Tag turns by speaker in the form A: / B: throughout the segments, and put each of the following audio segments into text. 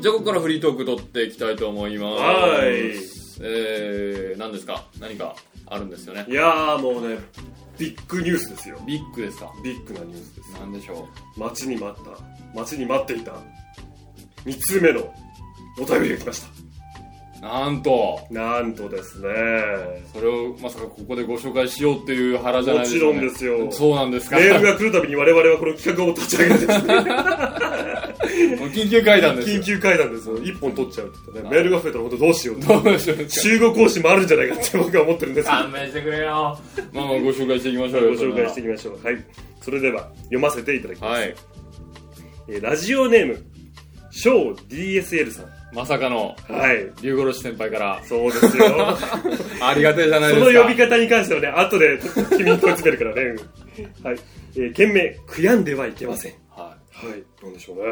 A: じゃあここからフリートーク取っていきたいと思います
B: はい
A: えー、何ですか何かあるんですよね
B: いやーもうねビッグニュースですよ
A: ビッグですか
B: ビッグなニュースです
A: 何でしょう
B: 待ちに待った待ちに待っていた3つ目のお便りが来ました
A: なんと
B: なんとですね
A: それをまさかここでご紹介しようっていう腹じゃないです
B: もちろんですよ
A: そうなんですか
B: メールが来るたびに我々はこの企画を立ち 上げてですね
A: もう緊急会談ですよ
B: 緊急会談ですよ1本取っちゃうって言ってねメールが増えたら本当どうしようって
A: どうしよう
B: 中国講師もあるんじゃないかって僕は思ってるんですけど
A: 勘弁してくれよまあまあご紹介していきましょう
B: ご
A: よ
B: 紹介してい
A: い
B: きましょうはいそれでは読ませていただきます、
A: はい
B: えーラジオネーム小 DSL さん
A: まさかの
B: はい
A: 龍五郎師先輩から
B: そうですよ
A: ありがてえじゃない
B: そ
A: です
B: の
A: か
B: 呼び方に関してはね後で君に問い詰めるから ね、うんはいえー、件名悔やんではいけません
A: は、
B: はいなんでしょうね、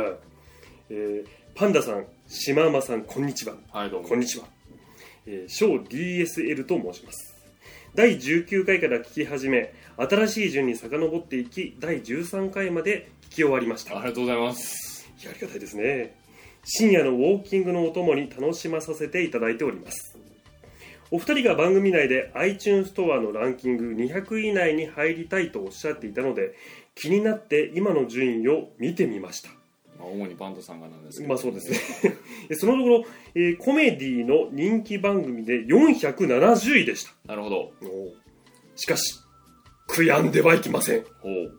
B: えーパンダさんシマウマさんこんにちはい
A: はい、どうも
B: こんにちは、えー、小 DSL と申します第19回から聞き始め新しい順に遡っていき第13回まで聞き終わりました
A: ありがとうございます
B: いやありがたいですね深夜のウォーキングのお供に楽しまさせていただいておりますお二人が番組内で iTunes ストアのランキング200位以内に入りたいとおっしゃっていたので気になって今の順位を見てみました
A: まあ、主にバンドさんがなんですけど
B: まあそうですね そのところ、えーコメディの人気番組で470位でした
A: なるほど
B: しかし悔やんではいきません
A: ほう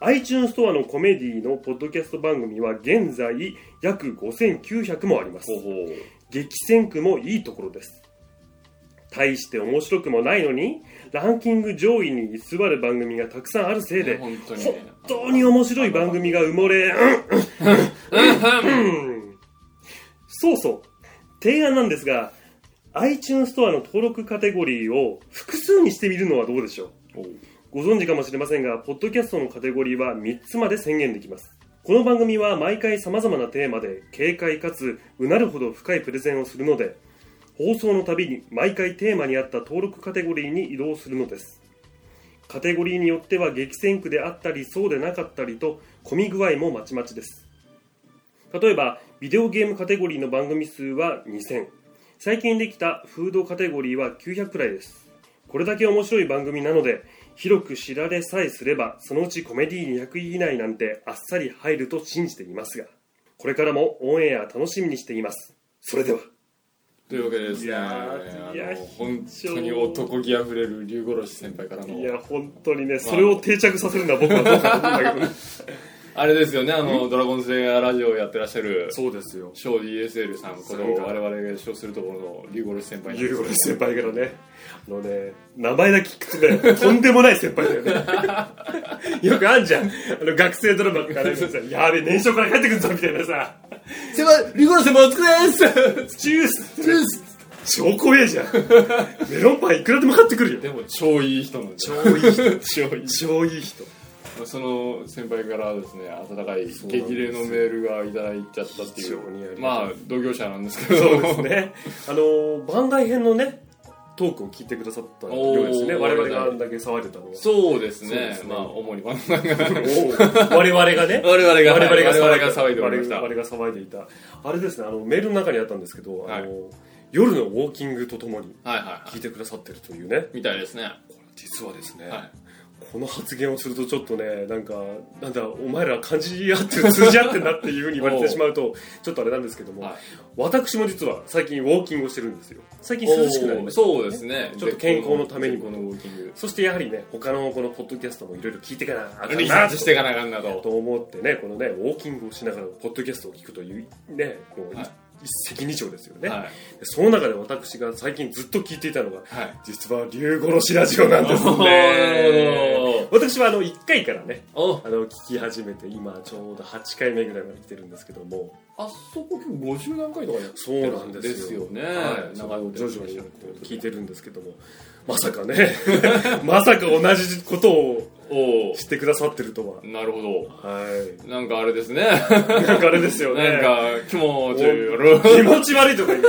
B: iTunes ストアのコメディのポッドキャスト番組は現在約5900もあります
A: ほうほう
B: 激戦区もいいところです大して面白くもないのにランキング上位に居座る番組がたくさんあるせいで
A: 本当に
B: 本当に面白い番組が埋もれ、うんうんそうそう提案なんですが iTunes ストアの登録カテゴリーを複数にしてみるのはどうでしょう
A: おう
B: ご存知かもしれませんが、ポッドキャストのカテゴリーは3つまで宣言できます。この番組は毎回様々なテーマで軽快かつうなるほど深いプレゼンをするので、放送のたびに毎回テーマに合った登録カテゴリーに移動するのです。カテゴリーによっては激戦区であったりそうでなかったりと混み具合もまちまちです。例えば、ビデオゲームカテゴリーの番組数は2000。最近できたフードカテゴリーは900くらいです。これだけ面白い番組なので、広く知られさえすればそのうちコメディ200位以内なんてあっさり入ると信じていますがこれからもオンエア楽しみにしていますそれでは
A: というわけでですね
B: いやー
A: あ
B: いや
A: の本当に男気あふれる龍五郎師先輩からの
B: いや本当にねそれを定着させるのは僕はどうかと思うんだけどね
A: あれですよねあのドラゴンズレイヤーラジオをやってらっしゃる
B: そうですよ
A: 小 DSL さんこの我々が主張するところの龍五郎師先輩なん
B: ゆ
A: です
B: う
A: け
B: ご
A: ど
B: 先輩からねあのね名前だけ聞くとねとんでもない先輩だよね よくあんじゃんあの学生ドラマとかねやべえ年少から帰ってくんぞみたいなさ
A: 先輩龍五郎先輩お 疲れです
B: チュースチュース超怖えじゃんメロンパンいくらでも買ってくるよ
A: でも超いい人なんで
B: 超いい人
A: 超いい
B: 超いい人
A: その先輩からですね温かい激励のメールがいただいちゃったってい
B: 非常にありが
A: う
B: たい
A: まあ同業者なんですけど
B: そうですねあのバンダイ編のねトークを聞いてくださったようですね
A: おー
B: 我々があんだけ騒いでた のは
A: そうです
B: そう
A: ね
B: ですね
A: まあ主にバンドマンが
B: 我々がね
A: 我々が
B: 我々が
A: 我々が騒いでおりま
B: 我
A: した
B: 々が騒いでいたあれですねあのメールの中にあったんですけど、あ
A: はい
B: の夜のウォーキングとともに
A: はいはいは
B: 聞いてくださってるというね
A: いみたいですね
B: 実はですね、
A: はい
B: この発言をするとちょっとねなんかなんだお前ら感じ合ってる通じ合ってんなっていうふうに言われてしまうとちょっとあれなんですけども、
A: はい
B: 私も実は最近ウォーキングをしてるんですよ最近涼しくなりました
A: そうですね
B: ちょっと健康のために
A: このウォーキング
B: そしてやはりね他のこのポッドキャストもいろいろ聞いてからあ
A: リサーチしていかなあかんな
B: と
A: と
B: 思ってねこのねウォーキングをしながらポッドキャストを聞くというねもう、
A: はい
B: 一石二鳥ですよね、
A: はい
B: でその中で私が最近ずっと聞いていたのが
A: はい
B: 実は竜殺しラジオなんですね私はあの1回からね
A: お
B: あの聞き始めて今ちょうど8回目ぐらいまで来てるんですけども
A: あそこ今日50何回とかやって
B: そうなんですよ
A: ですよね
B: はい、
A: 長いことや
B: 徐
A: ってらっ
B: 々
A: し
B: に
A: ゃ
B: こ
A: るという
B: う
A: ことで
B: 聞いてるんですけどもまさかね まさか同じことを
A: おお
B: してくださってると
A: なるほど
B: はは
A: なんかあれですね
B: いなんかあれですよね
A: なんか気持ちよ
B: 気持ち悪いとか言う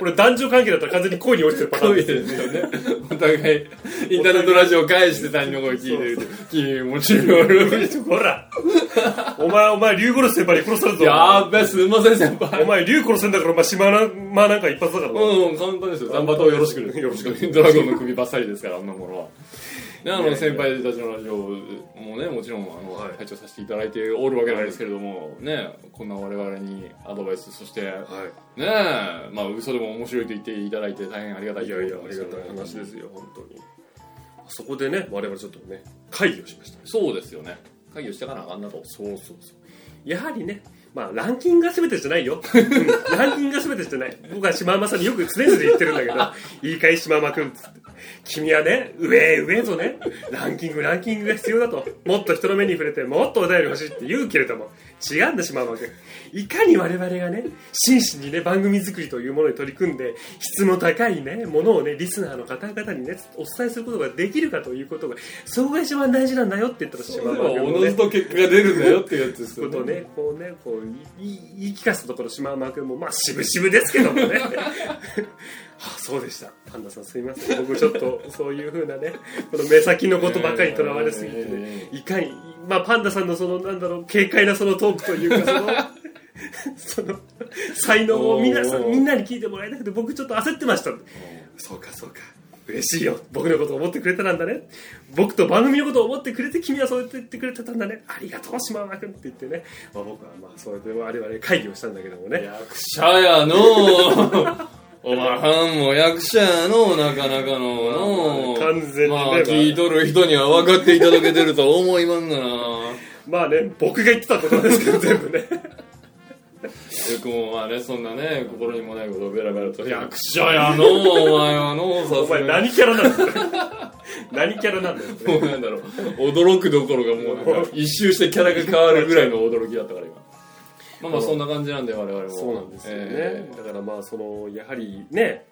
B: これ男女関係だったら完全に恋に落ちてるパターン
A: ろ
B: で
A: い
B: すよ
A: です よねお互いインターネットラジオを返して他人の声聞いてるって気持ちよろ
B: ほらお前、お前、竜殺先輩に殺されるぞ。
A: やーべ、すんません、先輩
B: お。前、竜殺せんだから、お前、島な、まあなんか一発だからな。
A: うん、うん、簡単ですよ。ザンバタを よろしく。
B: よろし
A: く。ドラゴンの首ばっさりですから、あんなものは。 ねあの先輩たちのラジオもね、もちろん、あの、
B: はい
A: 拝聴させていただいておるわけなんですけれども、ね、こんな我々にアドバイス、そして、ね
B: は
A: まあ、嘘でも面白いと言っていただいて大変ありがたい
B: いやいや、ありがたい話ですよ、本当に。そこでね、我々ちょっとね、会議をしました。
A: そうですよね。会議をしてかなあかんなと。
B: そうそうそう。やはりね、まあ、ランキングが全てじゃないよ。うんランキングが全てじゃない。僕は島山さんによく常々言ってるんだけ ど、いいかい島山くんっつって。君はね、上へ上へとね、ランキング、ランキングが必要だと。もっと人の目に触れて、もっとお便り欲しいって言うけれども、違うんだ、島山くん。いかに我々がね、真摯にね、番組作りというものに取り組んで、質の高いね、ものをね、リスナーの方々にね、お伝えすることができるかということが、そこが一番大事なんだよって言ったら島
A: お
B: 山く んもね
A: のずと結果が出るんだよっていうやつです
B: こ
A: よ
B: とをね、こうね、こう、いい言い聞かせたところ、島山君も、まあ、渋々ですけど もね。あ、そうでした。パンダさんすいません。僕ちょっと、そういうふうなね、この目先のことばかりとらわれすぎて
A: いやいやいや
B: ね、いかに、まあ、パンダさんのその、なんだろう、軽快なそのトークというか、その、その、才能をみんな、
A: おー
B: みんなに聞いてもらいたくて、僕ちょっと焦ってました。そうかそうか嬉しいよ僕のことを思ってくれてたんだね僕と番組のことを思ってくれて君はそうやって言ってくれてたんだねありがとう島山君って言ってね、まあ、僕はまあそれで我々会議をしたんだけどもね
A: 役者やのう おまはんも役者やのうなかなかのうのう
B: 完全にね
A: ま
B: ま
A: あ
B: あ
A: 聞いとる人には分かっていただけてるとは思いまんがな
B: まあね僕が言ってたことなんですけど全部ね
A: よくもまあねそんなね心にもないことをベラベラと役者やのうお前はのうさ
B: お前何キャラなんだよ何キャラなんだよ
A: もうなんだろう驚くどころがもう なんか一周してキャラが変わるぐらいの驚きだったから今まあまあそんな感じなんで我々も
B: そうなんですよね、
A: ええ
B: だからまあそのやはりね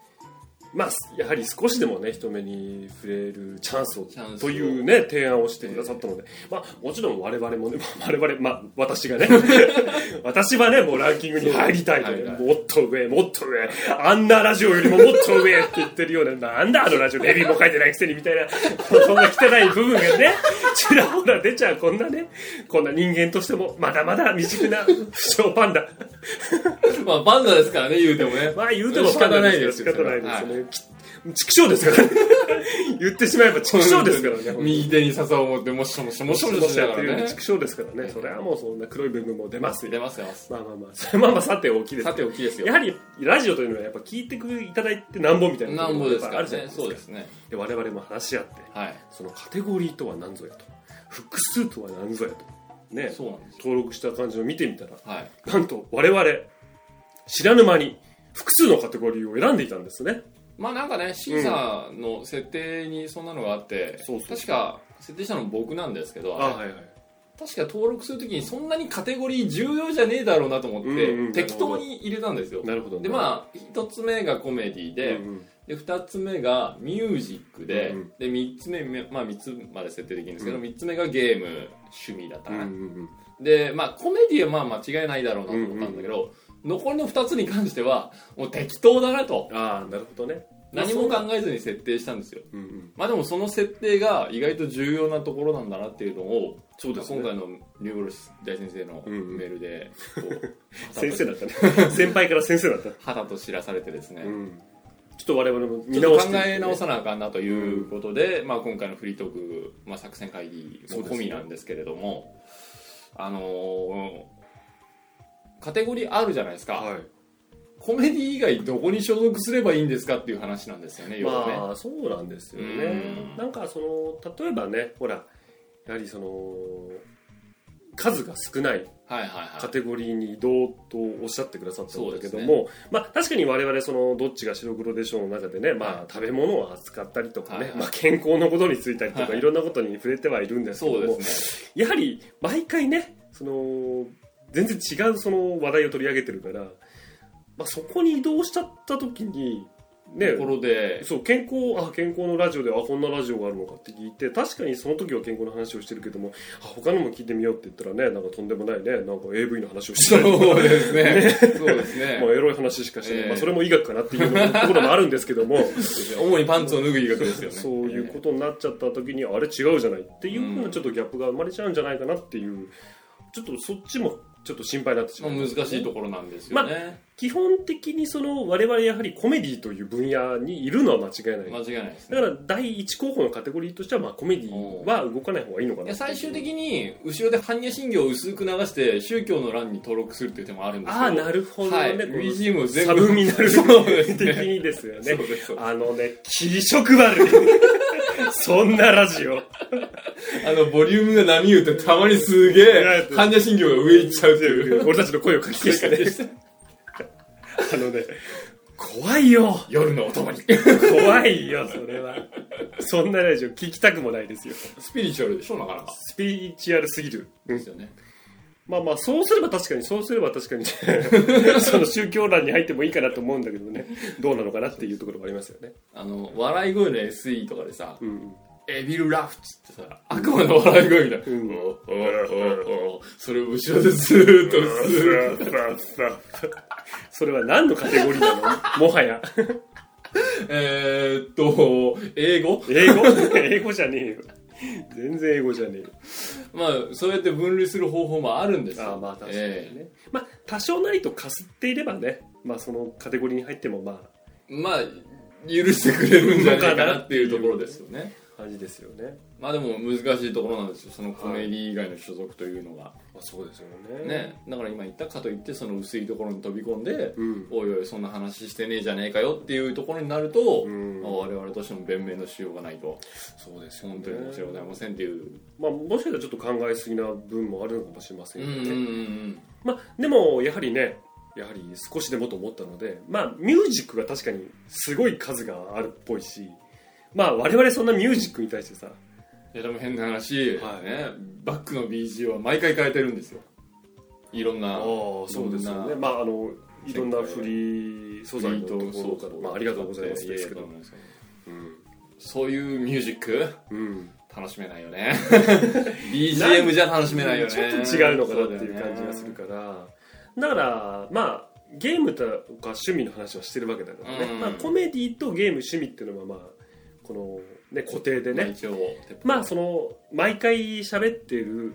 B: まあやはり少しでもね人目に触れるチャンスを
A: チャンスを
B: というね提案をしてくださったので、まあもちろん我々もね、まあ、我々まあ私がね 私はねもうランキングに入りたいと
A: そうはい
B: もっと上もっと上あんなラジオよりももっと上って言ってるようななんだあのラジオレビューも書いてないくせにみたいなそんな汚い部分がね ちらほら出ちゃうこんなねこんな人間としてもまだまだ未熟な不祥パンダ
A: まあパンダですからね言うてもね
B: まあ言うても
A: 仕方ないです
B: 仕
A: よ
B: 方ないです
A: は
B: よね。畜生ですからね。 言ってしまえば畜生ですからね。
A: 右手に笹を持ってもしもしもしもしもしな
B: やっ
A: が
B: てるよ
A: ら
B: う
A: ね
B: に畜生ですからね。それはもうそんな黒い部分も出ます
A: 出
B: よ。
A: ます出ます
B: まあまあまあ、それはまあまあさて大きいです
A: さ
B: け
A: て
B: ど。
A: おきです
B: や
A: よ
B: はりラジオというのはやっぱ聞いてくいただいてなんぼみたいな
A: なんぼですか
B: あ
A: ら
B: るじゃな
A: ね
B: いですか。
A: そうですね
B: で我々も話し合って、
A: はい
B: そのカテゴリーとは何ぞやと、複数とは何ぞやと、ね、
A: そうなんです
B: 登録した感じを見てみたら、
A: はい
B: なんと我々、知らぬ間に複数のカテゴリーを選んでいたんですね。
A: まあなんかね審査の設定にそんなのがあって
B: そうそう
A: 確か設定したの僕なんですけど
B: あはいはい。
A: 確か登録するときにそんなにカテゴリー重要じゃねえだろうなと思っ
B: うんうん
A: て適当に入れたんですよ
B: なるほど、
A: でまあ一つ目がコメディ
B: あ
A: でで2つ目がミュージックで
B: うんうん
A: で3つ目まあ3つまで設定できるんですけど3つ目がゲーム趣味だったかなでまあコメディはまあ間違いないだろうなと思ったんだけど、残りの2つに関してはもう適当だなと
B: ああなるほどね、
A: 何も考えずに設定したんですよ
B: うんうん、
A: まあでもその設定が意外と重要なところなんだなっていうのを
B: そうですね
A: 今回の竜五郎大先生の
B: うんうん
A: メールでこう
B: 先生だったね先輩から先生だった、
A: 肌と知らされてですね、
B: ん、ちょっと我々も見
A: ちょ
B: 直
A: っ
B: し
A: と
B: て
A: 考え直
B: さ
A: さなあかんなということで、まあ、今回のフリートーク、まあ、作戦会議も込みなんですけれども、あのーカテゴリーあるじゃないですか、
B: はい
A: コメディ以外どこに所属すればいいんですかっていう話なんですよね、要はね。
B: まあそうなんですよ
A: う
B: ね
A: ん
B: なんかその例えばねほらやはりその数が少ない
A: はいはいは
B: カ
A: い。
B: テゴリーに移動とおっしゃってくださったんだけど
A: そうです
B: も、まあ、確かに我々そのどっちが白黒でしょうの中でね、
A: は
B: まあ、食べ物を扱ったりとかね、
A: はいはい
B: まあ、健康のことについたりとか、
A: はい
B: い、ろんなことに触れてはいるんですけ
A: そ
B: ど
A: う
B: も、
A: です
B: やはり毎回ねその全然違うその話題を取り上げてるから、まあ、そこに移動しちゃった時にね
A: ね。ところで、
B: そう健康あ健康のラジオであこんなラジオがあるのかって聞いて確かにその時は健康の話をしてるけどもあ他のも聞いてみようって言ったらねなんかとんでもないねなんか AV の話をしてたり
A: そうですね。 そうですね
B: もう。エロい話しかしてない、
A: ええ
B: まあ、それも医学かなっていうところもあるんですけども
A: 主にパンツを脱ぐ言い方ですよね。
B: そういうことになっちゃった時にあれ違うじゃないっていうふうなちょっとギャップが生まれちゃうんじゃないかなっていうちょっとそっちもちょっと心配になってしま
A: まあ
B: う、
A: 難しいところなんですよね、
B: 基本的にその我々やはりコメディという分野にいるのは間違いない、
A: 間違いないですね
B: だから第一候補のカテゴリーとしてはまあコメディは動かない方がいいのか
A: い
B: な
A: や最終的に後ろで般若心経を薄く流して宗教の欄に登録するっていう手もあるんですけ
B: あ
A: ど
B: あなるほどね、
A: はい
B: この
A: BGM を全
B: サ
A: 部
B: ブミナル
A: そうです
B: 的
A: ね
B: にですよ
A: そう
B: ね
A: ですそうで
B: あのね気色悪い そんなラジ オ
A: すあのボリュームが波打ってたまにすげえ
B: いや
A: 般若心経が上行っちゃうっていう
B: 俺たちの声をかき消してね
A: ね
B: あのね怖いよ
A: 夜のお泊まり
B: 怖いよそれはそんなラジオ聞きたくもないですよ
A: スピリチュアルでしょなかなか
B: スピリチュアルすぎる、
A: ですよね
B: まあまあそうすれば確かにそうすれば確かに その宗教欄に入ってもいいかなと思うんだけどねどうなのかなっていうところもありますよね、
A: あの笑い声の SE とかでさ
B: うん、
A: エビルラフチってさ悪魔の笑い声みたいな、
B: うん
A: おおおおそれを後ろでずーっとずーっ
B: それは何のカテゴリーなのもはや
A: とえーっと英語
B: 英語英語じゃねえよ全然英語じゃねえよ
A: まあそうやって分類する方法もあるんですよ
B: ああまあ確かにね、
A: ええ
B: まあ多少なりとかすっていればねまあそのカテゴリーに入ってもま
A: まあ許してくれるんじゃないかなっていうところですよね
B: あ感じですよね、
A: まあでも難しいところなんですよそのコメディ以外の所属というのが、
B: まあ、そうですよね
A: ねだから今言ったかといってその薄いところに飛び込んで、
B: うん
A: おいおいそんな話してねえじゃねえかよっていうところになると、
B: うん
A: まあ我々としても弁明のしようがないと
B: そうです
A: 本当に申し訳ございませんっていう、
B: まあもしかしたらちょっと考えすぎな分もあるのかもしれません
A: うん
B: よ
A: うん
B: ね、
A: うんうん
B: まあでもやはりねやはり少しでもと思ったのでまあミュージックが確かにすごい数があるっぽいしまあ我々そんなミュージックに対してさ
A: いやでも変な話、
B: はい
A: ね、バックの BG は毎回変えてるんですよいろんな
B: そうですよ
A: いろ
B: ね
A: んな
B: まああのいろんなフリー素材のところから、
A: そう
B: まあ、ありがとうございますですけ
A: いえいえとん
B: ど
A: でもないです
B: うん、
A: そういうミュージック
B: うん、
A: 楽しめないよ ね BGM じゃ楽しめないよね
B: ちょっと違うのかなっていう感じがするからだからまあゲームとか趣味の話はしてるわけだからね、
A: うん
B: まあ、コメディとゲーム趣味っていうのはまあこの、ね、固定で
A: そうだよねまあ
B: ね
A: 一応
B: まあその毎回喋ってる
A: うん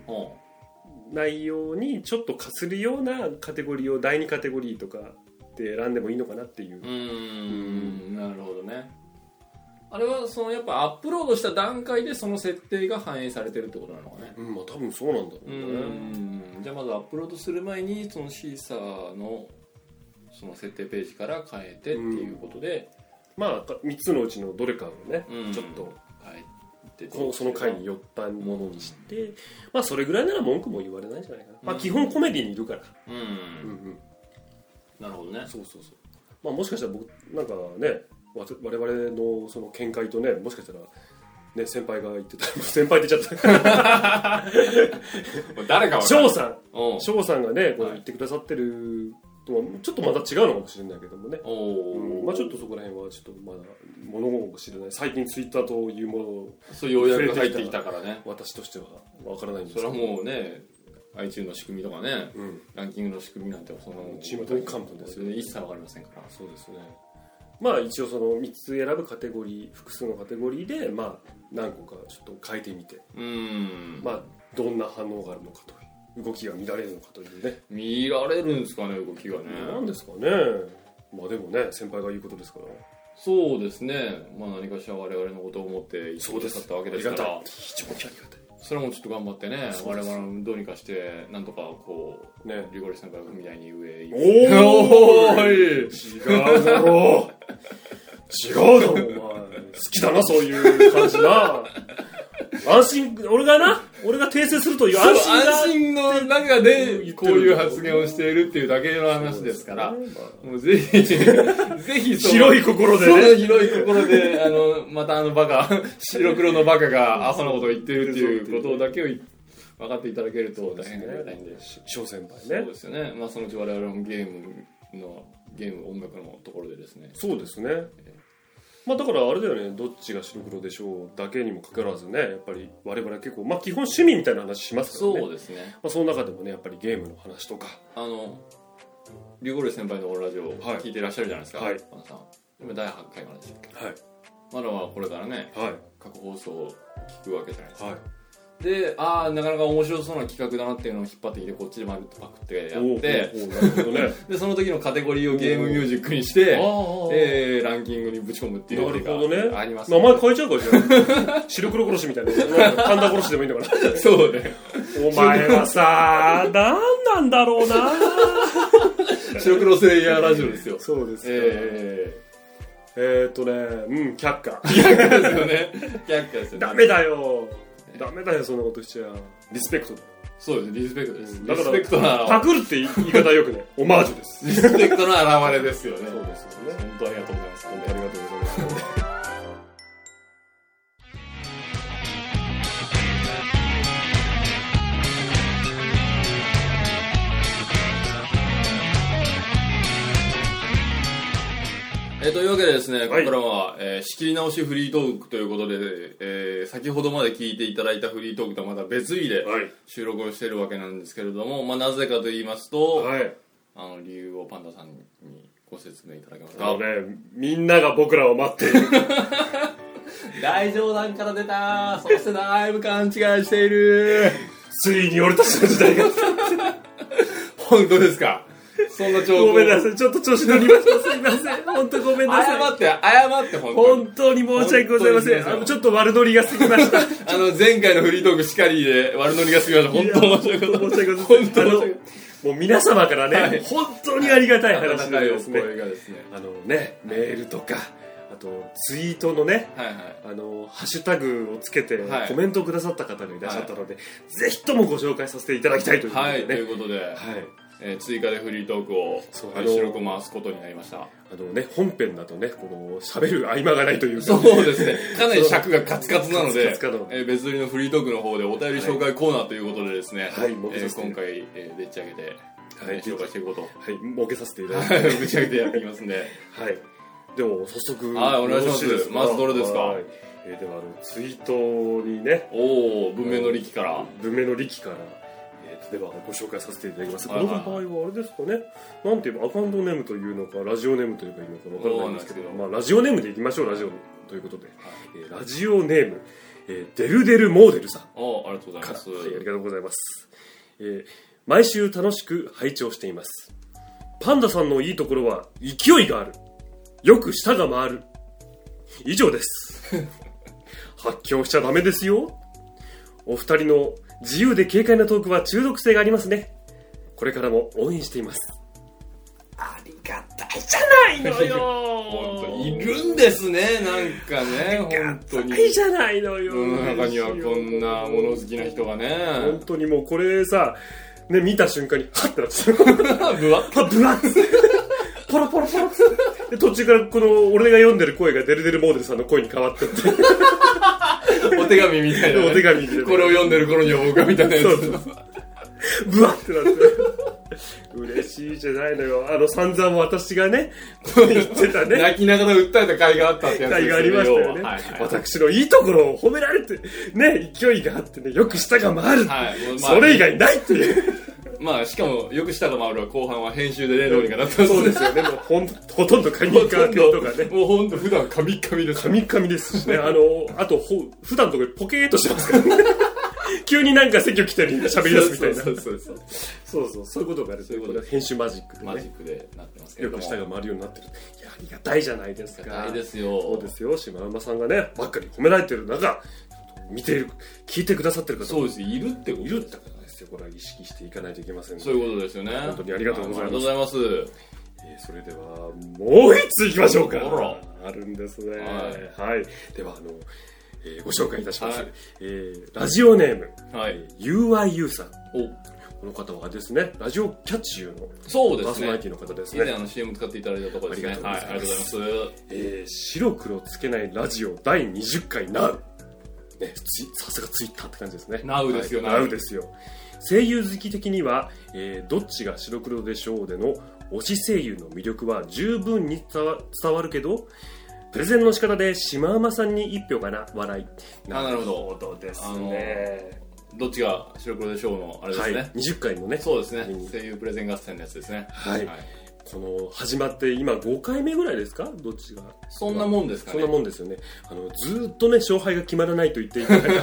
B: 内容にちょっとかするようなカテゴリーを第2カテゴリーとかで選んでもいいのかなっていう
A: うーんなるほどねあれはそのやっぱアップロードした段階でその設定が反映されてるってことなのかね
B: うんまあ多分そうなんだろ
A: うーんじゃあまずアップロードする前にそのシーサーのその設定ページから変えてっていうことで、
B: まあ3つのうちのどれかをね、
A: うん
B: ちょっと
A: 変えて
B: こうその回に酔っぱいものにして、まあそれぐらいなら文句も言われないんじゃないかな、まあ
A: うん
B: 基本コメディにいるから、
A: うん、なるほどね
B: そうそうそうまあもしかしたら僕なんかねわ我々のその見解とねもしかしたらね先輩が言ってた 先輩出ちゃった
A: 誰か
B: 翔さん
A: おう
B: 翔さんがねこう
A: はい
B: 言ってくださってるとはちょっとまた違うのかもしれないけどもね、
A: おう
B: うんまあちょっとそこら辺はちょっとまだ物事を知らない最近ツイッターというものを
A: そうようやく入ってきたからね
B: 私としてはわからないんです
A: そ
B: け
A: れ
B: ど
A: はもうね iTunes の仕組みとかね
B: うん
A: ランキングの仕組みなんてその
B: チームとの関分ですよね
A: 一切わかりませんから
B: そうですねまあ一応その3つ選ぶカテゴリー複数のカテゴリーでまあ何個かちょっと変えてみて、
A: うん
B: まあどんな反応があるのかという動きが見られるのかというね、
A: 見られるんですかね動きがね
B: なんですかねまあでもね先輩が言うことですから
A: そうですねまあ何かしら我々のことを思って言ってくださったわけですか
B: ありが
A: ら
B: たい非常にありがたい
A: それもちょっと頑張ってね
B: そう
A: 我
B: です
A: 々もどうにかしてなんとかこう
B: ね
A: リゴリス先輩みたいに上へ行
B: お
A: く
B: お
A: ーい
B: 違うだろう違うだろうお前好きだなそういう感じな安心俺がな俺が訂正するという安心が
A: 安心の中で
B: 言ってる
A: こういう発言をしているっていうだけの話ですから
B: そうですねまあ
A: もうぜひ ぜひその
B: 広い心で
A: そ
B: ね
A: の広い心で、あの、またあのバカ、白黒のバカがアホなことを言ってるっていうことだけをい分かっていただけると大変ありがたいんで。
B: 翔先輩
A: そう
B: ね
A: ですよね。まあそのうち我々もゲームの、ゲーム音楽のところでですね。
B: そうですねまあだからあれだよねどっちが白黒でしょうだけにもかかわらずねやっぱり我々結構まあ基本趣味みたいな話しますからね
A: そうですね。
B: まあ、その中でもねやっぱりゲームの話とか
A: あの、リュウゴル先輩のオーラジオを
B: はい
A: 聞いていらっしゃるじゃないですか。
B: はい
A: パンさん。今第8回まででしたっけ
B: はい
A: まだはこれからね、
B: はい
A: 過去放送を聞くわけじゃないですか。
B: はい
A: でああなかなか面白そうな企画だなっていうのを引っ張ってきてこっちでまるっとパクってやって
B: おうおうおうなるほどね
A: でその時のカテゴリーをゲームミュージックにして
B: ああああ
A: えーランキングにぶち込むって いう
B: なるほど
A: 手
B: ね
A: があります、
B: 名前変えちゃうかもしれない白黒殺しみたいな神田殺しでもいいんだから
A: そうね
B: お前はさ何なんだろうな
A: 白黒セイヤーラジオですよ
B: そうです
A: え
B: えーっとねうん却下
A: ー、逆ですよ ね逆ですよね
B: ダメだよダメだよそんなことしちゃリスペクト
A: そうですリスペクトです、
B: だ
A: リ
B: か
A: ス
B: ら
A: ペクト
B: パ
A: な
B: クるって言い方よ くねオマージュです
A: リスペクトの表れですよね
B: そうですよね
A: 本当ありがとうございます
B: 本当ありがとうございます
A: えーというわけでですね、
B: はい
A: ここからは、えー仕切り直しフリートークということで、えー先ほどまで聞いていただいたフリートークとはまた別日で
B: はい
A: 収録をしているわけなんですけれども、まあ、なぜかと言いますと、
B: はい
A: あの理由をパンダさんにご説明いただけます
B: あ
A: か
B: のねみんなが僕らを待っている
A: 大冗談から出たーそしてだいぶ勘違いしている
B: ついに俺たちの時代が来た
A: 本当ですかそんな兆候
B: ごめんなさい ちょっと調子乗りましたすいません本当ごめんなさい
A: 謝って謝って本当に
B: 本当に申し訳ござい
A: 本当に
B: ませ
A: すいま
B: ん
A: せん
B: あのちょっと悪乗りが過ぎま した
A: あの前回のフリートークしかりで悪ノリが過ぎました本当申し訳ございません
B: 本当申し訳ござい
A: 本当申
B: ません
A: し訳ございま
B: もう皆様からね、
A: はい
B: 本当にありがたい
A: せん
B: 話
A: 温か
B: ないん
A: お
B: ですね
A: 声がですね
B: あのねメールとかあとツイートのね
A: はいはい
B: あのハッシュタグをつけて
A: はい
B: コメントをくださった方がいらっしゃったので、ぜひともご紹介させていただきたいということ
A: はい、
B: で
A: と
B: ね、
A: いうことで、
B: はい
A: えー追加でフリートークを
B: そう
A: えー
B: あの
A: 白く回すことになりました
B: あのね、本編だとねこの喋る合間がないというか
A: そうですねかなり尺がカツカツなので
B: カツカツなの
A: えー別売りのフリートークの方でお便り紹介コーナーということでですね、
B: はいはい
A: えー今回、えーでっち上げて、
B: はい
A: えー紹介していこうと
B: はい設けさせていただいて
A: はいぶち上げてやっていきますんで
B: はい。では早速
A: はいお願いします
B: よろか
A: まずどれですか
B: はいえーではあのツイートにね
A: おお文明の力から
B: 文明の力から、えーとではご紹介させていただきます。こ
A: はいは
B: の
A: い
B: 場合はあれですかね。なんていうかアカウントネームというのかラジオネームというかいいのかわからないんですけど、
A: そうなんですけ
B: まあラジオネームでいきましょうラジオということで、えーラジオネーム、えーデルデルモーデルさん
A: おーありがとうござい
B: か
A: ま
B: ら、
A: す、
B: はい、ありがとうございます、えー毎週楽しく拝聴していますパンダさんのいいところは勢いがあるよく舌が回る以上です 発狂しちゃダメですよお二人の自由で軽快なトークは中毒性がありますねこれからも応援していますありがたいじゃないのよ
A: 本当いるんですねなんかね本当に
B: いいじゃないの
A: 世
B: よ
A: の中にはこんな物好きな人が
B: 本
A: ね
B: 当にもうこれさ、ね、見た瞬間に、はってなってた。
A: ぶわっ
B: パブラッポロポロポロで途中からこの、俺が読んでる声がデルデルモーデルさんの声に変わってって、
A: お手紙みたいなね、
B: お手紙みたい な
A: これを読んでる頃には僕がみたいなやつ
B: そうそうブワッってなって。嬉しいじゃないのよ。あの、散々私がね、こう言ってたね。
A: 泣きながら訴えた甲斐があったってやつ
B: 会がありましたよね、
A: 要ははいはい
B: 私のいいところを褒められて、ね、勢いがあってね、よく舌が回るって、
A: はいもうまあ
B: それ以外ないっていう。
A: まあしかもよくしたが回るは後半は編集でねどうにかなったん
B: そうですすよね。もうほんほとんどカニカーとかね。
A: もうほんと普段カミカミです
B: カミカミですしね。あの、あと、ほ、普段とかポケーっとしてますか らね。急になんか席を来たり喋り出すみたいな。
A: そ
B: そうう
A: そうそうそう
B: そう、そういうことがあるというこ
A: そ
B: と
A: ういうこと
B: で、編集マジックで
A: マジ
B: ね。
A: ックでなってますけれ
B: よ
A: ど
B: く
A: も
B: 下が回るようになってる。いや、ありがたいじゃないですか。
A: 大です
B: そう
A: よ
B: ですよ。島山さんがね、ばっかり褒められてる中、見ている、聞いてくださってる方
A: そ
B: も
A: うですいるってこと
B: いるってことですよ。これは意識していかないといけませんね
A: そういうことですよね
B: 本当にありがとうござ
A: あり
B: います
A: がとうございます
B: えーそれではもう一ついきましょうか
A: あら
B: あるんですね
A: は
B: はい、ではあの、えーご紹介いたします、
A: はい
B: えーラジオネーム
A: はい
B: ゆうあいゆうさん
A: お
B: この方はですねラジオキャッチユーの
A: そう
B: パ
A: で
B: ー
A: す
B: ソナリ
A: ね
B: ティの方です
A: 以
B: ね
A: 前あの CM 使っていただいたところですね
B: ありがとうございます
A: はいありがとうございます
B: えー白黒つけないラジオ第20回 NOW、ね、ついさすがツイッターって感じですね
A: Now ですよ
B: はい
A: Now
B: Now ですよ声優好き的には、えーどっちが白黒でしょう」での推し声優の魅力は十分に伝わ伝わるけどプレゼンの仕方で島山さんに一票かな笑い
A: あなるほど
B: どです
A: あの
B: ね
A: どっちが白黒でしょうのあれです
B: はい
A: ね、
B: 20回のね
A: そうですね
B: うん
A: 声優プレゼン合戦のやつですね
B: はい
A: はい、
B: この始まって今5回目ぐらいですかどっちが
A: そんなもんですか
B: そん
A: ね
B: なもんですよねあのずーっとね勝敗が決まらないと言っていただいた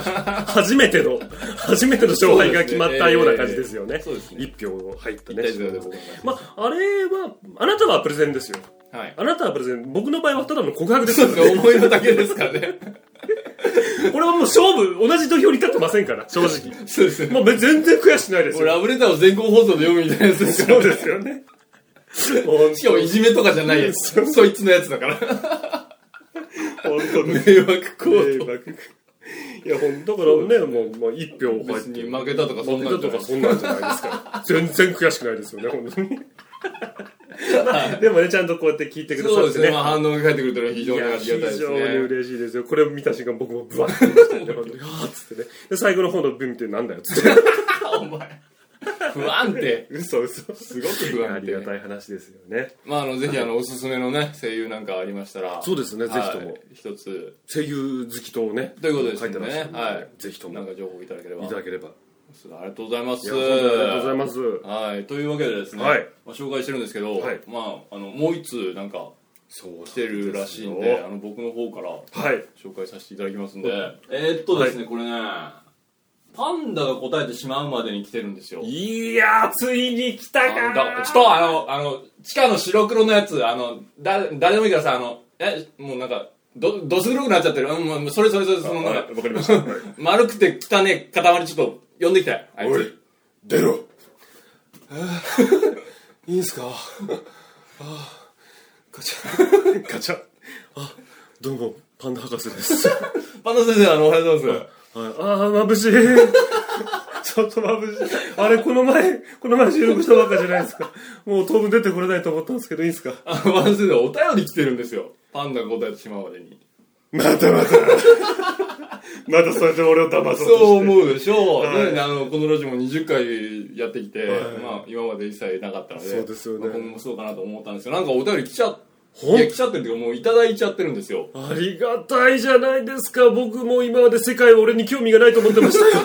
B: 初めての初めての勝敗が決まったような感じですよね
A: そうですね
B: 一票入った
A: 一
B: ね
A: 対0でございます、
B: まああれはあなたはプレゼンですよ
A: はい
B: あなたはプレゼン僕の場合はただの告白です
A: そう
B: よね
A: ですね思いのだけですからね
B: これはもう勝負同じ土俵に立ってませんから正直
A: そうですね
B: もうべ全然悔しくないで す
A: もうラ
B: よ
A: ブレターを全校放送で読むみたいなやつですから
B: そうです よね本
A: しかもいじめとかじゃないやつそいつのやつだから
B: 当本当に
A: 迷惑行
B: 迷
A: 動
B: 惑いや、ほんだからね、もう、まあ、一票入っ
A: 別
B: て
A: に
B: る。
A: 負けたとかそんなん
B: 負
A: じ
B: け
A: ゃな
B: たと
A: い
B: かそんなんじゃないですから。 全然悔しくないですよね、本当に。 まあ、でもね、ちゃんとこうやって聞いてくださ
A: そう
B: っ
A: です
B: て
A: ね、
B: ね。
A: まあ、反応が返ってくるというのは非常
B: い
A: にあ
B: や
A: りがたいです
B: 非常に
A: ね
B: 嬉しいですよ。これを見た瞬間僕もブワッて言いましたね。本当にあーっつってね。で、最後の方の文見てなんだよっつって。
A: お前不安定
B: 嘘嘘。
A: すごく不
B: あ
A: 安
B: りが
A: 定
B: たい話ですよね。
A: まああのぜひあのおすすめのね声優なんかありましたら
B: そうですね、ぜひと
A: は
B: も
A: い。一つ
B: 声優好きとね。
A: ということですね
B: 書いてらっしゃるので
A: はい
B: ぜひとも
A: なんか情報いただければ
B: いただければ。
A: ありがとうございます
B: いや、本当にありがとうございます。
A: はいというわけでですね、
B: はい
A: まあ、紹介してるんですけど、
B: はい
A: まああのもう一通なんか
B: そう
A: 来てるらしいんであの僕の方から
B: はい。
A: 紹介させていただきますんでえーっとですね、これねパンダが答えてしまうまでに来てるんですよ
B: いやー、ついに来たか
A: あのだ
B: ー
A: ちょっとあのあの地下の白黒のやつあのだ誰でもいいからさあのえもうなんかどどす黒くなっちゃってるうんもうそれそれそれそのなんか
B: わかりました。はい
A: 丸くて汚ね塊ちょっと呼んできたよあい
B: お
A: つ
B: い、出 ろ。えーいいんすかあーガチャ。ガチャ。あ、どうも、パンダ博士です。はい
A: パンダ先生あのおはようございます
B: あー、眩しい。 ちょっと眩しい。あれ、この前、この前収録したばっかじゃないですか。もう当分出てこれないと思ったんですけど、いいんすか
A: あのパンダ先生お便り来てるんですよパンダが答えてしまうまでに
B: またまた。 またそれで俺を騙そうとして。
A: そう思うでしょう、
B: はい
A: ねあのこのラジオも20回やってきて、
B: はい
A: まあ、今まで一切なかったので
B: そうですよ
A: ま
B: ね
A: あ今後もそうかなと思ったんですよなんかお便り来ちゃい
B: ほん
A: や来ちゃってるっていうかもういただいちゃってるんですよ
B: ありがたいじゃないですか。僕も今まで世界は俺に興味がないと思ってました よ。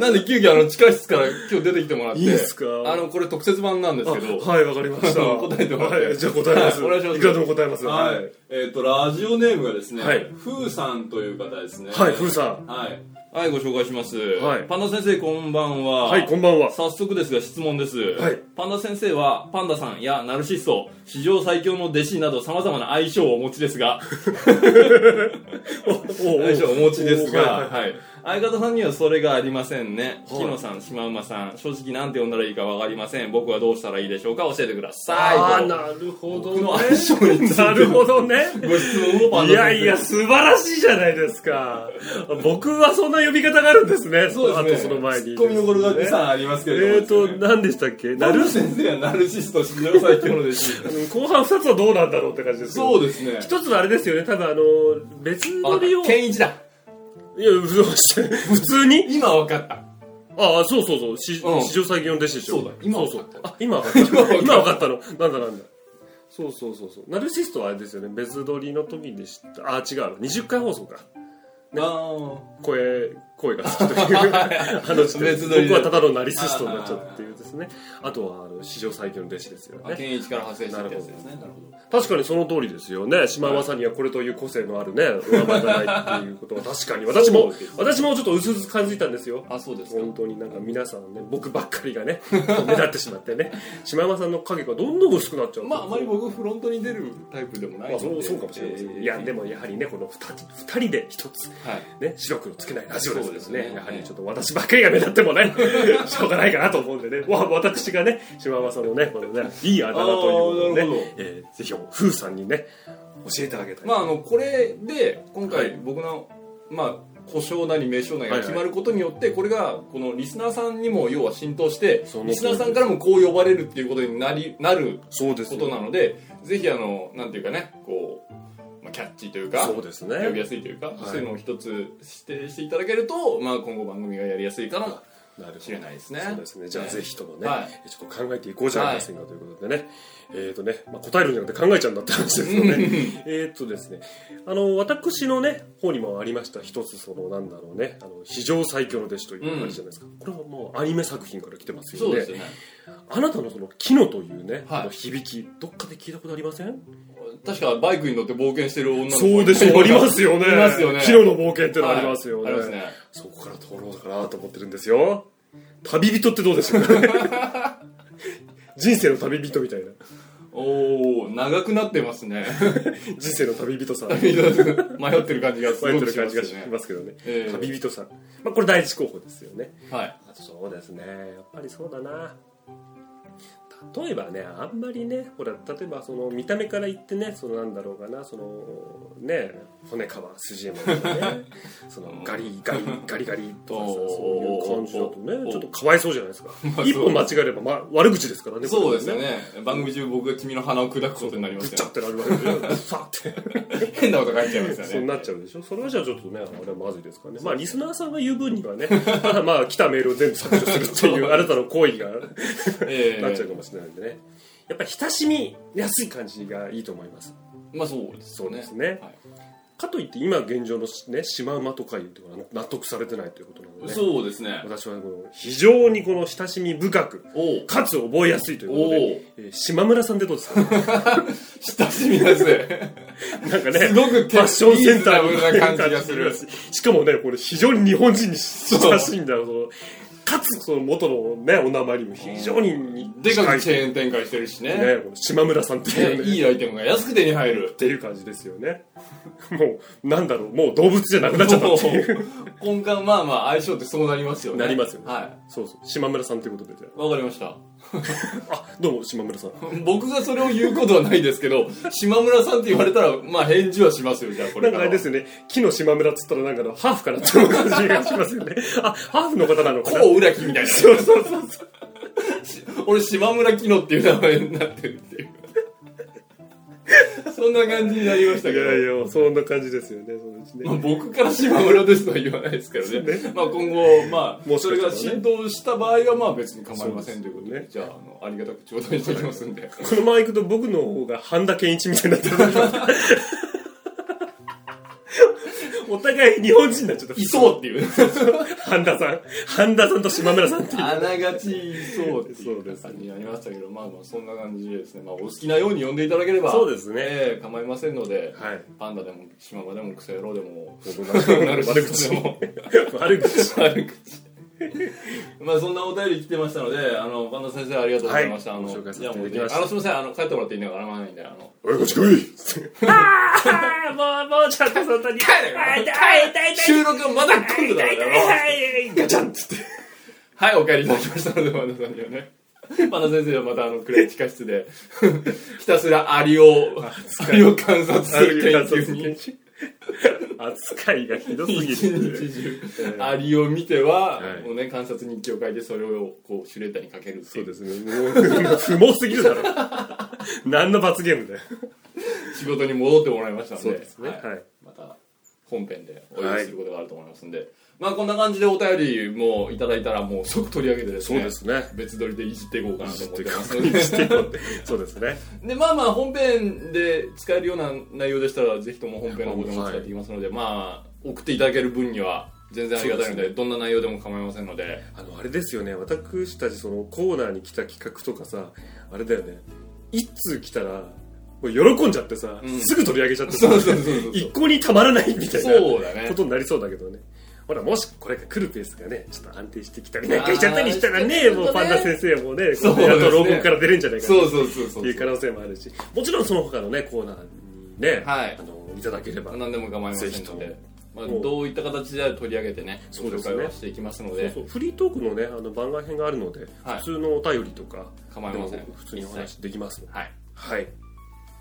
A: なんで急遽あの地下室から今日出てきてもらって
B: いいっすか
A: あのこれ特設版なんですけど
B: はい、わかりまし た。
A: 答えてもらって
B: はい、じゃあ答えます。
A: はいお願いします
B: いくらでも答えます。
A: はい。えっ、と、ラジオネームがですね、
B: はい
A: ふうさんという方ですね。
B: はい、ふうさん。
A: はい。はい、ご紹介します。
B: はい
A: パンダ先生、こんばんは。
B: はい、こんばんは。
A: 早速ですが質問です、
B: はい
A: パンダ先生はパンダさんやナルシスト史上最強の弟子などさまざまな相性をお持ちですが
B: おお
A: 相性をお持ちですが、
B: おはいはい
A: はい相方さんにはそれがありませんね、
B: はい
A: 木野さんシマウマさん正直なんて呼んだらいいか分かりません僕はどうしたらいいでしょうか教えてください
B: あ
A: と
B: ー、なるほど
A: 僕の
B: ね。
A: 相性について
B: なるほどね。
A: ご質問をパンダ先生
B: いやいや、素晴らしいじゃないですか。僕はそんな呼び方があるんですね。
A: そうで
B: あと
A: すね
B: その前に。
A: ツッコミどころが
B: ね
A: たくさんありますけれども
B: えーと、
A: ですね
B: 何でしたっけな
A: ナ
B: る
A: ル、先生はナルシスト史上最強の弟 子
B: 後半二つはどうなんだろうって感じですけど
A: そうですね
B: 一つのあれですよね、多分あの、別
A: あ
B: 撮りを。いや、
A: 健一だ
B: 嘘普通に
A: 今分かった
B: ああ、そうそうそう、し
A: うん
B: 史上最強の弟子でしょ。
A: そうだ今
B: そう
A: 分
B: そ
A: かっ
B: うあ、今分かった。今
A: 今
B: 分かったの。なんだなんだ。そうそうそうそう。ナルシストはあれですよね、別撮りの時でした。あ、違う。20回放送か。
A: あ
B: 声、声が 好きという。あの時点
A: 別撮り
B: で、
A: で
B: 僕はただのナルシストになっちゃうっていうですね。あとは、あの史上最強の弟子ですよ
A: あ
B: ね。
A: 健一から派生したってやつですねなるほど
B: 確かにその通りですよね。島山さんにはこれという個性のあるね、上手がないっていうことは確かに。私も
A: そうです、
B: 私もちょっと薄々感じたんですよ。
A: あそうですか
B: 本当になんか皆さんね僕ばっかりがね 目立ってしまってね島山さんの影がどんどん薄くなっちゃう
A: まああまり僕フロントに出るタイプでもない
B: ま
A: の
B: あ、
A: で
B: そうそうかもしれないですね、いやで
A: も
B: もやはりねこの2人二人で一つ
A: はい
B: ね白黒つけないラジオですから
A: そうで
B: ね
A: すね
B: やはりちょっと私ばっかりが目立っても ねしょうがないかなと思うんでねわ私がね島山さんのねこのねいいあだ名というのを
A: あーなるほ
B: ね、えーぜひ風さんにね教えてあげたい、
A: まああのこれで今
B: は
A: 回僕のまあ故障なり名称なりが決まることによってこれがこのリスナーさんにも要は浸透して
B: その通り
A: リスナーさんからもこう呼ばれるっていうことになりなる
B: そうです
A: こ
B: よ
A: となのでぜひあのなんていうかねこう、まあ、キャッチーというか
B: そうですね
A: 呼びやすいというか、
B: い
A: そういうのを一つ指定していただけると、まあ、今後番組がやりやすいかなもしれないですね
B: そうですね。じゃあぜひともね、
A: はい
B: ちょっと考えていこうじゃありませんかということでね。えっ、とね、まあ、答えるんじゃなくて考えちゃうんだって話ですよね。 えっとですね、あの、私のね、方にもありました一つ、その、なんだろうね、あの、非常最強の弟子というのがあるじゃないですか。これはもうアニメ作品から来てますよ
A: そう
B: ね。
A: ですよね
B: あなたのその、キノというね、
A: はい
B: あの響き、どっかで聞いたことありません
A: 確かバイクに乗って冒険してる女の子
B: そうでしょう、ありますよね。
A: いますよね
B: キノの冒険ってのありますよね。
A: はいありますね
B: そこから通ろうかなと思ってるんですよ。旅人ってどうでし ょうか人生の旅人みたいな。
A: おお長くなってます ね
B: 人生の旅人さん。
A: 迷ってる感じがす
B: 言
A: ごく
B: ってる
A: しま
B: 感じ
A: すよ
B: がし
A: ね
B: ますけどね。
A: ええ
B: 旅人さん。まあこれ第一候補ですよね。
A: はい
B: あとそうですね。やっぱりそうだな。例えばね、あんまりね、ほら、例えばその見た目から言ってね、そのなんだろうかな、そのね、骨皮筋 山とかね、そのガリガリガリガリとかさ、 そういう感じだと
A: おー
B: ね、ちょっとかわいそうじゃない ですか。
A: そう
B: 一歩間違えれば、まあ、悪口ですからね、これ
A: そうですよ。ね番組中僕が君の鼻を砕くことになりま
B: ぐっ
A: す
B: ちゃ
A: よ
B: ってなるわけで、 ぐっさって。
A: 変なこと書いちゃいますよね
B: そうなっちゃうでしょそれはじゃあちょっとねあれはまずいですからねまあリスナーさんが言う分にはねただまあ来たメールを全部削除するっていうあなたの行為が
A: ええ
B: なっちゃうかもしれないんでねやっぱり親しみやすい感じがいいと思います
A: まあそうです
B: そ
A: よ
B: う
A: ね
B: ですね
A: はい
B: かといって今現状のねシマウマとかいうところは納得されてないということなのでね
A: そうですね
B: 私はこの非常にこの親しみ深く
A: おお
B: かつ覚えやすいということで、えー島村さんでどうですか、
A: 親しみ ですね
B: なんかね、
A: すごく
B: ファッションセンターみたい
A: リーズナブルな感じがする
B: しかもね、これ非常に日本人に親しいんだよ。そのかつ、その元のね、お名前にも非常に
A: でかくチ
B: 近い
A: ェーン展開してるしね
B: ね、この島村さんっていう
A: ね
B: ね
A: いいアイテムが安く手に入る
B: っていう感じですよね。もう、なんだろう、もう動物じゃなくなっちゃったっていう。
A: もう根幹まあまあ相性ってそうなりますよね
B: なりますよね
A: は
B: そうそう、島村さんということでじゃ
A: いわかりました
B: あ。あ、どうも、島村さん。
A: 僕がそれを言うことはないですけ ど島村さんって言われたらまあ返事はしますよじゃあこ
B: な
A: れ
B: ん
A: か
B: からあれですよね、木の島村っつったらなんかの、ハーフかなっていう感じがしますよね。あ、ハーフの方なのかな
A: こう裏木みたいなそうそうそう 俺島村紀乃っていう名前になってるっていうそんな感じになりました
B: い
A: けど
B: やいや、そんな感じですよね、そのうちね
A: まあ、。僕から島村ですとは言わないですけどねまあ今後まあ
B: もし
A: そ
B: か
A: れ
B: したら
A: が
B: ね
A: 浸透した場合はまあ別に構いませんということで
B: そうです
A: じゃああのありがたく頂戴しておきますんで
B: このまま行くと僕の方が半田健一みたいになってる お互い日本人になっちゃった
A: いそうっていう
B: 半田さん半田さんと島村さんっていう
A: あながちいそうって
B: そう
A: い
B: で
A: う
B: す
A: 感じになりましたけどまあまあそんな感じでですねまあお好きなように呼んでいただければ
B: そうですね
A: ええ構いませんので
B: はい
A: パンダでも島村でもクソ野郎でもなる
B: 悪口
A: でも
B: 悪口
A: 悪口まあそんなお便り来てましたので、あの神田先生ありがとうございました。
B: はい
A: あの
B: ご紹介させて
A: やもう
B: いただきました
A: あのすみません、あの帰ってもらっていいのかなまないんで、あの
B: 悪口来い
C: ああ、もう、もうちょっとそんなに。帰
A: れ
C: ああ、痛い痛い痛い。
A: 収録がまだ来るだろうから。
C: はい、ガチャン
A: はい、お帰りいただきましたので、パンダさんにはね。パンダ先生はまたあの暗い地下室でひたすらアリをアリを観察する研究に
B: 扱いがひどすぎ
A: 一
B: る
A: 日中 アリを見ては、
B: はい
A: もうね観察日記を書いてそれをこうシュレッダーにかけるって
B: そ
A: いう
B: うですねもう不毛すぎるだ ろ何の罰ゲームだよ
A: 仕事に戻ってもらいましたので
B: そうですね
A: はい
B: はい
A: また本編でお呼びすることがあると思いますんで、まあこんな感じでお便りもいただいたらもう即取り上げてですね
B: ね
A: 別撮りでいじっていこうかなと思ってますので
B: していこうってそうですね
A: でまあまあ本編で使えるような内容でしたらぜひとも本編の方でも使っていきますので、まあ送っていただける分には全然ありがたいの
B: そう
A: で
B: です
A: どんな内容でも構いませんので
B: あのあれですよね私たちそのコーナーに来た企画とかさあれだよね一通来たらもう喜んじゃってさ、
A: うん
B: すぐ取り上げちゃってさ
A: そうそうそうそう
B: 一向にたまらないみたいな
A: そうだね
B: ことになりそうだけどねほらもしこれが来るペースがねちょっと安定してきたりなんかしちゃったりしたら
A: あー
B: ね
A: ちょっとね
B: もうパンダ先生もね
A: そうですね
B: やっと論文から出るんじゃないかな
A: そうそうそうそう
B: っていう可能性もあるしもちろんその他のねコーナーにね、
A: はい
B: あのいただければ
A: 何でも構いませんの
B: ぜ
A: で、まあ、
B: もう
A: どういった形であれ取り上げてね
B: そ
A: ご
B: うで
A: 紹
B: すね
A: 介はしていきますの
B: そう
A: で
B: そうフリートークのねあの番外編があるので、
A: はい
B: 普通のお便りとか
A: 構いません
B: でも普通にお話できますので
A: はい、
B: はい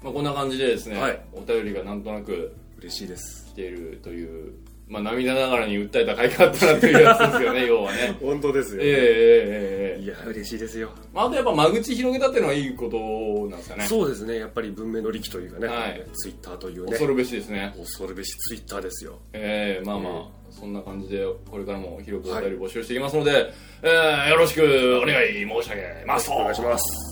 A: まあ、こんな感じでですね、
B: はい
A: お便りがなんとなく
B: 嬉しいです
A: 来ているというまあ、涙ながらに訴えた甲斐があったなというやつです よね要はね
D: 本当です
A: え
D: よ、
A: えええええええ
B: いや嬉しいですよ、
A: まあ、あとやっぱ間口広げたっていうのはいいことなんですかね
B: そうですねやっぱり文明の利器というかね、
A: はい
B: ツイッターというね
A: 恐るべしですね
B: 恐るべしツイッターですよ
A: ええまあまあ、
B: うん
A: そんな感じでこれからも広くお便り募集していきますので、ええよろしくお願い申し上げます
B: お願いします